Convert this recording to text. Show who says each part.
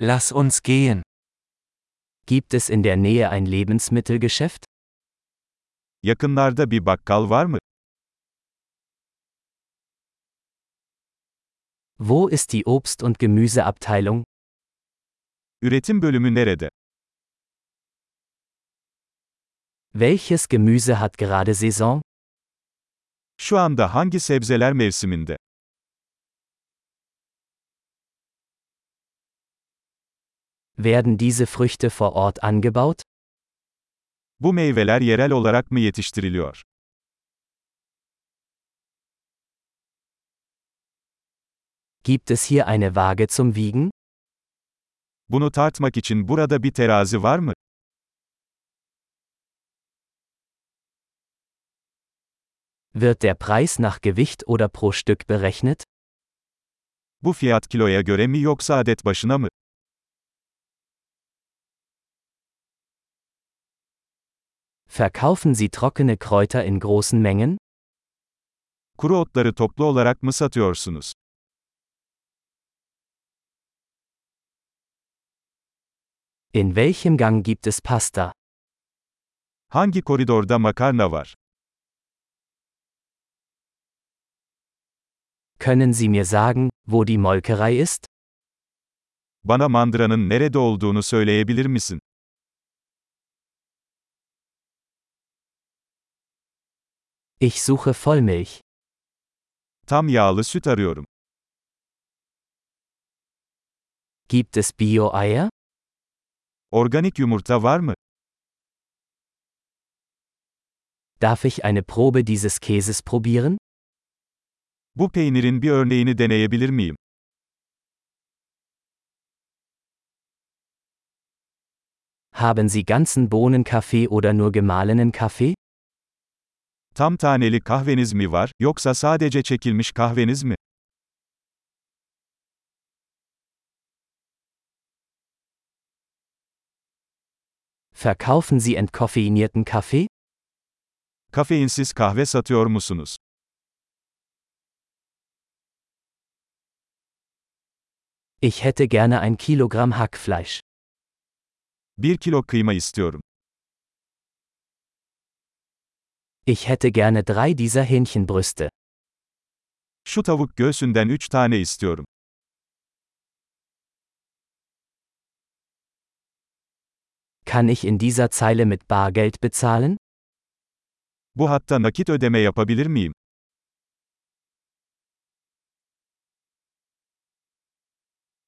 Speaker 1: Lass uns gehen. Gibt es in der Nähe ein Lebensmittelgeschäft?
Speaker 2: Yakınlarda bir bakkal var mı?
Speaker 1: Wo ist die Obst- und Gemüseabteilung?
Speaker 2: Üretim bölümü nerede?
Speaker 1: Welches Gemüse hat gerade Saison?
Speaker 2: Şu anda hangi sebzeler mevsiminde?
Speaker 1: Werden diese Früchte vor Ort angebaut?
Speaker 2: Bu meyveler yerel olarak mı yetiştiriliyor?
Speaker 1: Gibt es hier eine Waage zum Wiegen?
Speaker 2: Bunu tartmak için burada bir terazi var mı?
Speaker 1: Wird der Preis nach Gewicht oder pro Stück berechnet?
Speaker 2: Bu fiyat kiloya göre mi yoksa adet başına mı?
Speaker 1: Verkaufen Sie trockene Kräuter in großen Mengen?
Speaker 2: Kuru otları toplu olarak mı satıyorsunuz?
Speaker 1: In welchem Gang gibt es Pasta?
Speaker 2: Hangi koridorda makarna var?
Speaker 1: Können Sie mir sagen, wo die Molkerei ist?
Speaker 2: Bana mandıranın nerede olduğunu söyleyebilir misin?
Speaker 1: Ich suche Vollmilch.
Speaker 2: Tam yağlı süt arıyorum.
Speaker 1: Gibt es Bio-Eier?
Speaker 2: Organik yumurta var mı?
Speaker 1: Darf ich eine Probe dieses Käses probieren?
Speaker 2: Bu peynirin bir örneğini deneyebilir miyim?
Speaker 1: Haben Sie ganzen Bohnenkaffee oder nur gemahlenen Kaffee?
Speaker 2: Tam taneli kahveniz mi var, yoksa sadece çekilmiş kahveniz mi?
Speaker 1: Verkaufen Sie entkoffeinierten Kaffee?
Speaker 2: Kafeinsiz kahve satıyor musunuz?
Speaker 1: Ich hätte gerne ein Kilogramm Hackfleisch.
Speaker 2: 1 kilo kıyma istiyorum.
Speaker 1: Ich hätte gerne drei dieser Hähnchenbrüste.
Speaker 2: Şu tavuk göğsünden 3 tane istiyorum.
Speaker 1: Kann ich in dieser Zeile mit Bargeld bezahlen?
Speaker 2: Bu hatta nakit ödeme yapabilir miyim?